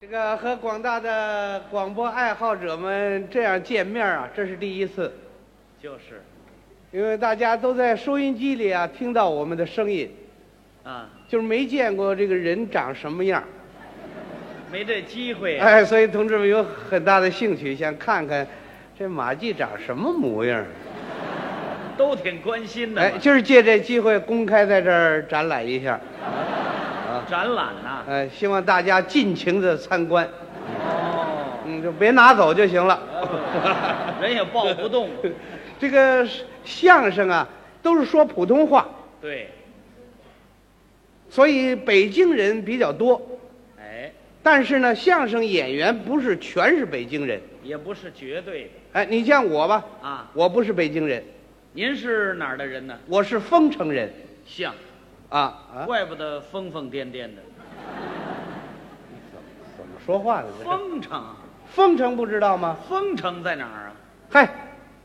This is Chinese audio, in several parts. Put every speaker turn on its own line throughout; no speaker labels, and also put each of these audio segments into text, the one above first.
这个和广大的广播爱好者们这样见面啊，这是第一次，
就是，
因为大家都在收音机里啊听到我们的声音，
啊，
就是没见过这个人长什么样。
没这机会、啊。
哎，所以同志们有很大的兴趣，想看看这马季长什么模样。
都挺关心的
哎，
嘛。
就是借这机会公开在这儿展览一下，
展览呐、
哎，希望大家尽情的参观，
哦，
嗯，就别拿走就行了。
人也抱不动。
这个相声啊，都是说普通话。
对，
所以北京人比较多，
哎，
但是呢，相声演员不是全是北京人。
也不是绝对的
哎，你像我吧，
啊。
我不是北京人，
您是哪儿的人呢？
我是丰城人，
像，
啊啊，
怪不得疯疯癫癫的。
怎么说话呢？这是
丰城，
丰城不知道吗？
丰城在哪儿啊？
嗨，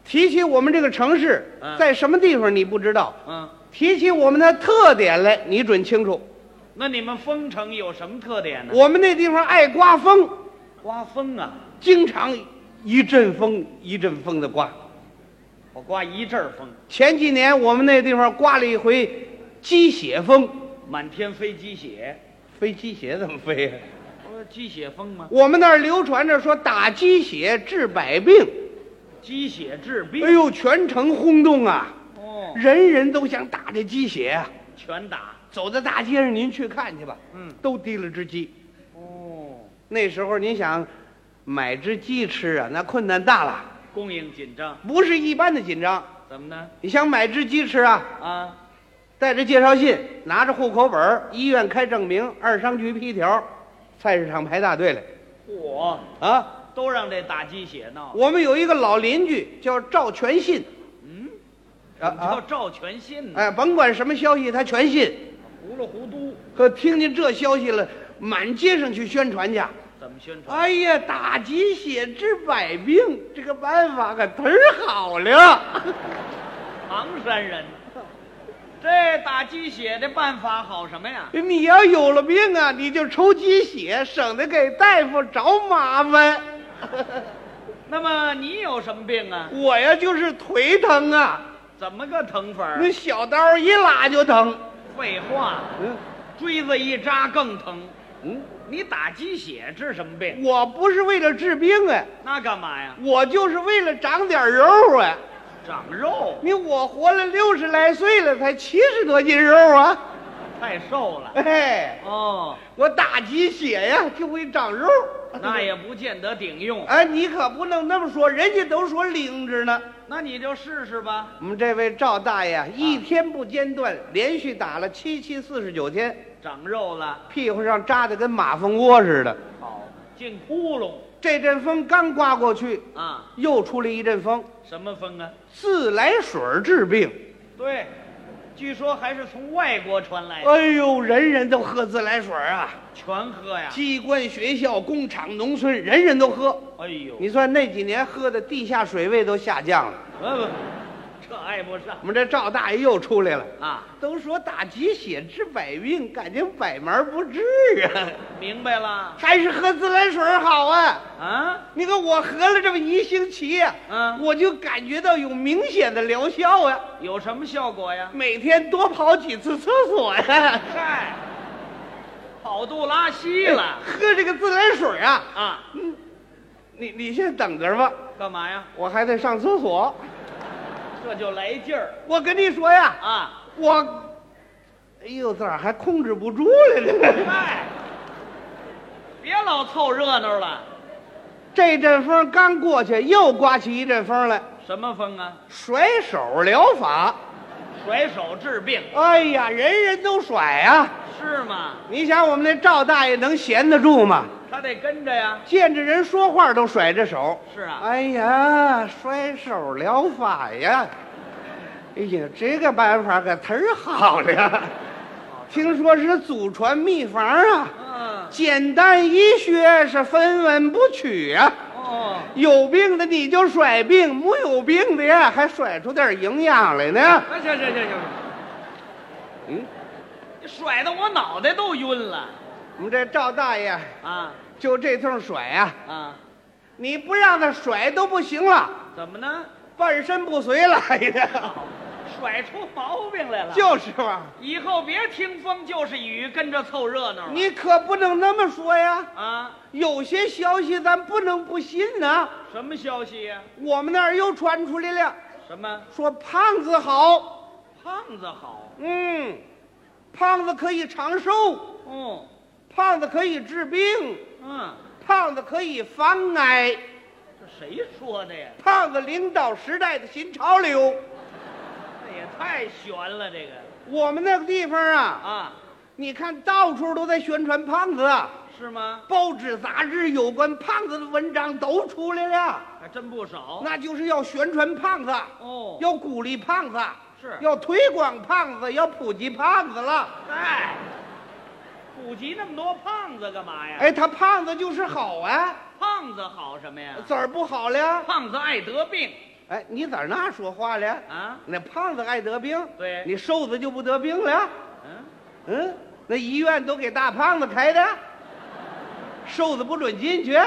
提起我们这个城市
嗯
在什么地方你不知道，
嗯，
提起我们的特点来你准清楚。
那你们丰城有什么特点呢？
我们那地方爱刮风，
刮风啊，
经常一阵风一阵风的刮。
我刮一阵儿风，
前几年我们那地方刮了一回鸡血风。
满天飞鸡血，
飞鸡血怎么飞呀、
不是鸡血风吗？
我们那儿流传着说打鸡血治百病，
鸡血治病。
哎呦，全城轰动啊，
哦，
人人都想打这鸡血啊。
拳打。
走在大街上，您去看去吧，
嗯，
都提了只鸡。
哦，
那时候您想买只鸡吃啊，那困难大了，
供应紧张，
不是一般的紧张。
怎么呢？
你想买只鸡吃啊，
啊，
带着介绍信，拿着户口本儿，医院开证明，二商局批条，菜市场排大队来
我
啊。
都让这打鸡血闹。
我们有一个老邻居叫赵全信，
嗯，
啊
怎么叫
啊，
赵全信呢，
哎，甭管什么消息，他全信。
糊里糊涂
可听见这消息了，满街上去宣传去。
怎么宣传？
哎呀，打鸡血治百病，这个办法可忒儿好了。
唐山人，这打鸡血的办法好什么呀？
你要有了病啊，你就抽鸡血，省得给大夫找麻烦。
那么你有什么病啊？
我呀，就是腿疼啊，
怎么个疼法
那
儿？
小刀一拉就疼。
废话，
嗯
锥子一扎更疼。
嗯，
你打鸡血治什么病？
我不是为了治病哎、
那干嘛呀？
我就是为了长点肉啊！
长肉，
你我活了六十来岁了，才七十多斤肉啊！
太瘦了。
哎，
哦，
我打鸡血呀，就会长肉。
那也不见得顶用。
啊哎，你可不能那么说，人家都说灵着呢。
那你就试试吧。
我们这位赵大爷啊一天不间断，连续打了七七四十九天，
长肉了，
屁股上扎的跟马蜂窝似的。
好，进窟窿
这阵风刚刮过去，
啊？
又出来一阵风，
什么风啊？
自来水儿治病。
对，据说还是从外国传来的，
哎呦，人人都喝自来水儿啊！
全喝呀。
机关、学校、工厂、农村，人人都喝。
哎呦，
你算那几年喝的地下水位都下降了。
不不，这爱呃不上
我们这赵大爷又出来了。
啊！
都说打鸡血治百病，感觉百门不治 啊，
明白了
还是喝自来水好啊。
啊？
你看我喝了这么一星期呀、
嗯
我就感觉到有明显的疗效啊。
有什么效果呀？
每天多跑几次厕所呀、
嗨，跑肚拉稀了
喝这个自来水啊，
啊？
你你先等着吧，
干嘛呀？
我还得上厕所。
这就来劲儿
我跟你说呀，
啊！
我，哎呦，咋还控制不住了呢？
嗨，别老凑热闹了。
这阵风刚过去，又刮起一阵风来，
什么风啊？
甩手疗法。
甩手治病
哎呀，人人都甩啊！
是吗？
你想我们那赵大爷能闲得住吗？
他得跟着呀。
见着人说话都甩着手。
是啊，
哎呀，甩手疗法呀！哎呀，这个办法可忒儿好了呀！听说是祖传秘方啊。
嗯，
简单医学是分文不取啊，
哦，
有病的你就甩病，没有病的呀还甩出点营养来呢。
行行行行行，
嗯，
你甩的我脑袋都晕了
我们这赵大爷
啊！
就这通甩啊，
啊，
你不让他甩都不行了，
怎么呢？
半身不遂了，哎呀，
甩出毛病来了。
就是嘛，
以后别听风就是雨，跟着凑热闹。
你可不能那么说呀。
啊，
有些消息咱不能不信呐、
什么消息呀、
我们那儿又传出来了，
什么
说胖子好，
胖子好？
嗯，胖子可以长寿，
哦，
胖子可以治病，
嗯，
胖子可以防癌，
这谁说的呀？
胖子领导时代的新潮流。
这也太悬了，这个
我们那个地方啊，
啊，
你看到处都在宣传胖子，啊
是吗？
报纸、杂志有关胖子的文章都出来了，
还真不少。
那就是要宣传胖子，
哦，
要鼓励胖子，
是
要推广胖子，要普及胖子了。
哎，普及那么多胖子干嘛呀？，
哎，他胖子就是好啊，
胖子好什么呀？
怎儿不好了？
胖子爱得病
哎，你咋那说话了？
啊？
那胖子爱得病，
对
你瘦子就不得病了。
嗯，
嗯，那医院都给大胖子开的，瘦子不准进去，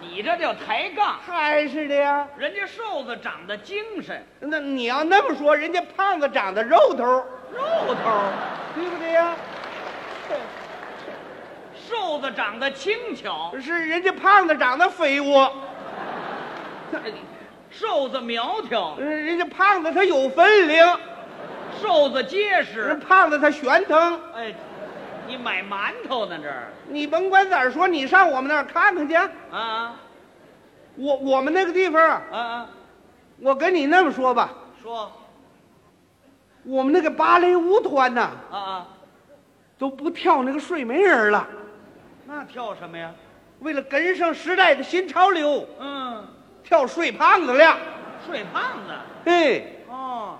你这叫抬杠。
还是的呀。
人家瘦子长得精神，
那你要那么说，人家胖子长得肉头，
肉头儿；
对不对呀？
瘦子长得轻巧，
是人家胖子长得肥沃，
瘦子苗条，
人人家胖子他有分量，
瘦子结
人
实。
胖子他玄腾。
哎，你买馒头呢这儿
你甭管咋说，你上我们那儿看看去。
啊
我我们那个地方，
啊啊！
我跟你那么说吧，
说
我们那个芭蕾舞团呐、
啊啊，
都不跳那个睡美人了，
那跳什么呀？
为了跟上时代的新潮流，
嗯，
跳睡胖子了。
睡胖子。
嘿，
哦，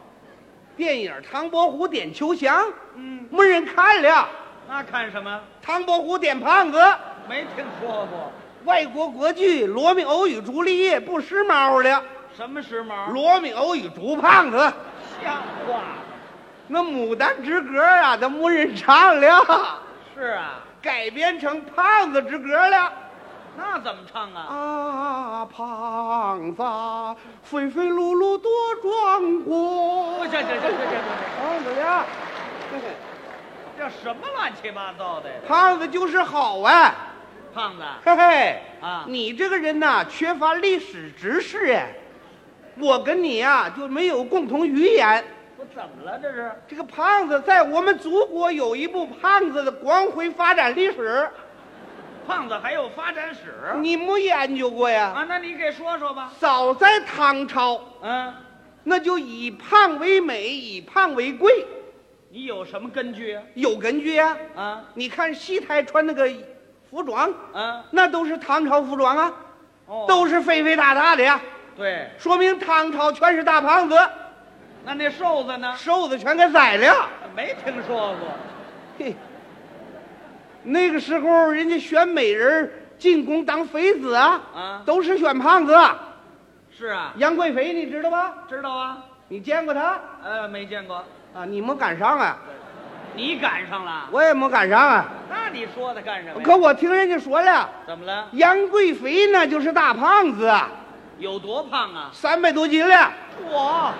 电影《唐伯虎点秋香》
嗯，
没人看了，
那看什么？
唐伯虎点胖子。
没听说过。
外国国剧《罗密欧与朱丽叶》不时髦了，
什么时
《
髦？
罗密欧与朱胖子》
像话吗？
那《牡丹之歌》啊，都没人唱了，
是啊，
改编成《胖子之歌》了。
那怎么唱啊？
啊，胖子，肥肥碌碌多壮
不
观！
行行行行行行，
胖子呀，
这什么乱七八糟的呀？
胖子就是好啊，
胖子
嘿嘿。
啊，
你这个人呐、缺乏历史知识哎，我跟你呀、就没有共同语言。
我怎么了这是？
这个胖子在我们祖国有一部胖子的光辉发展历史，
胖子还有发展史
你没研究过呀？
啊？那你给说说吧。
早在唐朝，
嗯，
那就以胖为美，以胖为贵，
你有什么根据啊？
有根据呀、
啊
你看戏台穿那个服装，
啊
那都是唐朝服装啊，
哦，
都是肥肥大大的呀，
对。
说明唐朝全是大胖子，
那那瘦子呢？
瘦子全给宰了。
没听说过。
嘿，那个时候人家选美人儿进宫当妃子啊，
啊
都是选胖子。
是啊，
杨贵妃你知道吧？
知道啊。
你见过她
呃，没见过。
啊？你没赶上啊？
你赶上了？
我也没赶上啊。
那你说他干什么呀？
可我听人家说了，
怎么了？
杨贵妃那就是大胖子，
有多胖啊？
三百多斤了。
我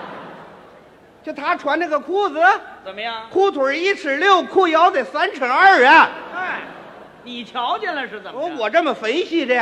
就她穿那个裤子，
怎么样？
裤腿一尺六，裤腰得三尺二啊。
哎，你瞧见了是怎么
我
着？
我这么分析的，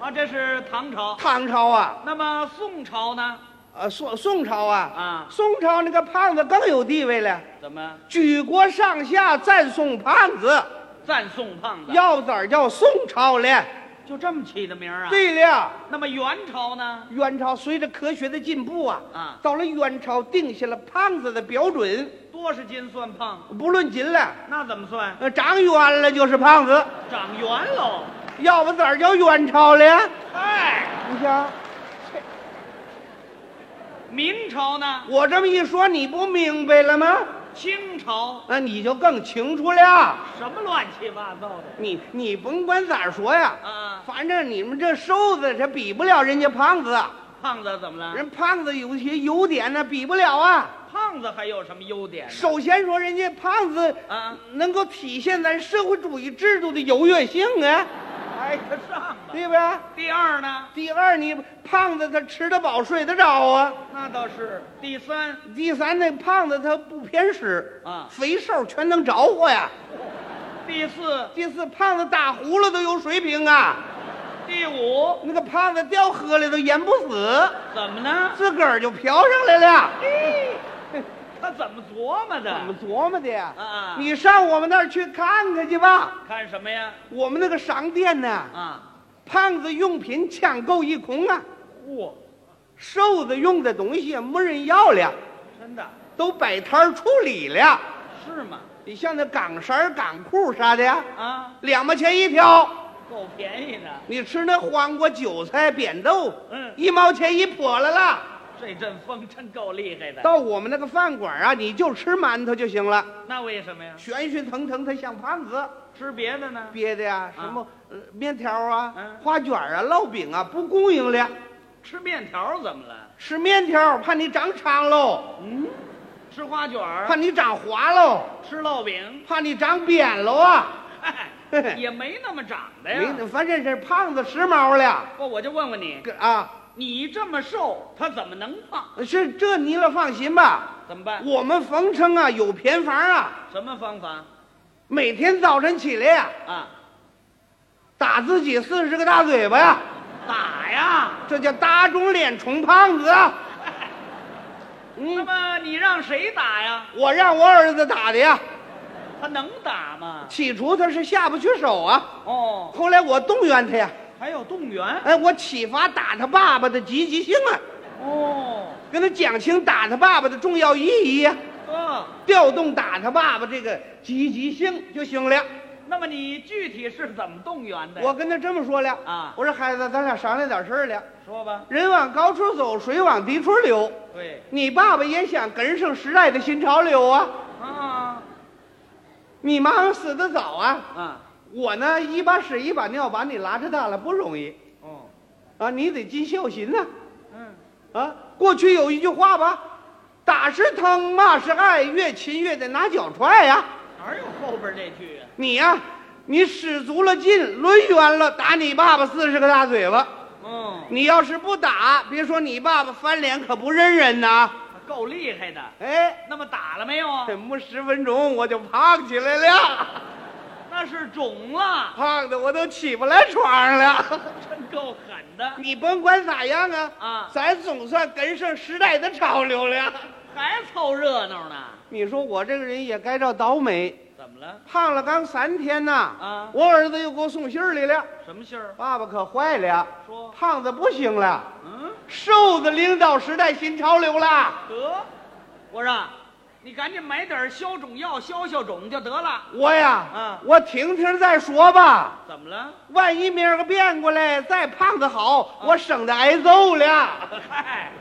啊，这是唐朝。
唐朝啊，
那么宋朝呢？
呃宋宋朝啊，
啊，
宋朝那个胖子更有地位了。
怎么
举国上下赞颂胖子，
赞宋胖子？
要不咋叫宋朝了？
就这么起的名儿啊？。
对了，
那么元朝呢？
元朝随着科学的进步啊，
啊
到了元朝定下了胖子的标准，
多少斤算胖？
不论斤了，
那怎么算？
呃，长圆了就是胖子，
长圆喽。
要不咋叫元朝了？
哎，
你瞧，
明朝呢？
我这么一说，你不明白了吗？
清朝
那你就更清楚了。
什么乱七八糟的
你你甭管咋说呀，
啊？
反正你们这瘦子这比不了人家胖子。
胖子怎么了？
人胖子有些优点呢、比不了啊。
胖子还有什么优点呢？
首先说，人家胖子
啊，
能够体现咱社会主义制度的优越性啊，
挨得上吧？
对吧？
第二呢？
第二，你胖子他吃得饱睡得着啊。
那倒是。第三，
第三，那胖子他不偏食
啊
肥瘦全能着火呀。
第四，
第四，胖子打呼噜都有水平啊。
第五，
那个胖子掉河里头淹不死，
怎么呢？
自个儿就漂上来了。
他怎么琢磨
怎么
的？
琢磨的呀？
啊
你上我们那儿去看看去吧。
看什么呀？
我们那个商店呢，
啊，
胖子用品抢购一空啊，
嚯，
瘦子用的东西也没人要了，
真的
都摆摊儿处理了。
是吗？
你像那港衫儿、港裤啥的呀，
啊，
两毛钱一条。
够便宜的，
你吃那黄瓜、韭菜、扁豆，
嗯
一毛钱一笸了啦。
这阵风真够厉害的。
到我们那个饭馆啊，你就吃馒头就行了。
那为什么呀？
悬悬腾腾，它像盘子
吃别的呢？
憋的呀，什么、呃面条啊、
嗯
花卷啊、烙饼啊，不供应了。
吃面条怎么了？
吃面条怕你长长喽，
吃花卷儿
怕？你长滑喽，
吃烙饼？
怕你长扁喽啊！
哎
嘿嘿，
也没那么长的哎呀。
没，反正是胖子时髦了
不，我就问问你，
个啊。
你这么瘦，他怎么能胖？
是这你了放心吧，
怎么办？
我们冯称啊有偏方啊，
什么方法
每天早晨起来呀、
啊？
打自己四十个大嘴巴呀、
打呀！
这叫打肿脸充胖子啊。嗯
那，么你让谁打呀？
我让我儿子打的呀。
他能打吗？
起初他是下不去手啊，
哦，
后来我动员他呀，
还有动员
哎，我启发打他爸爸的积极性啊，
哦，
跟他讲清打他爸爸的重要意义呀、
哥。
调动打他爸爸这个积极性就行了。
那么你具体是怎么动员的呀？
我跟他这么说了
啊
我说孩子，咱俩商量点事儿了。
说吧。
人往高处走，水往低处流。
对
你爸爸也想跟上时代的新潮流啊，
啊
你妈死得早啊，
啊
我呢一把屎一把尿把你拉扯大了不容易
哦
啊，你得尽孝心呐、
嗯
啊，过去有一句话吧，打是疼，骂是爱，越亲越得拿脚踹呀、
哪有后边这句啊？
你呀、你使足了劲，抡圆了，打你爸爸四十个大嘴巴。
嗯，
你要是不打，别说你爸爸翻脸，可不认人呐。
哦够厉害的。
哎，
那么打了没有啊？
这么十分钟我就胖起来了，
那是肿了，
胖的我都起不来床了。
真够狠的，
你甭管咋样啊，
啊
咱总算跟上时代的潮流了。
还凑热闹呢？
你说我这个人也该着倒霉。
怎么了？
胖了刚三天呐，
啊
我儿子又给我送信儿来了。
什么信儿？
爸爸可坏了，
说，
胖子不行了，
嗯，
瘦子领导时代新潮流了。
得，我说啊，你赶紧买点消肿药消消肿就得了。
我呀，
啊
我听听再说吧。
怎么了？
嗯万一明儿个变过来再胖子好，我省得挨揍了。
嗨，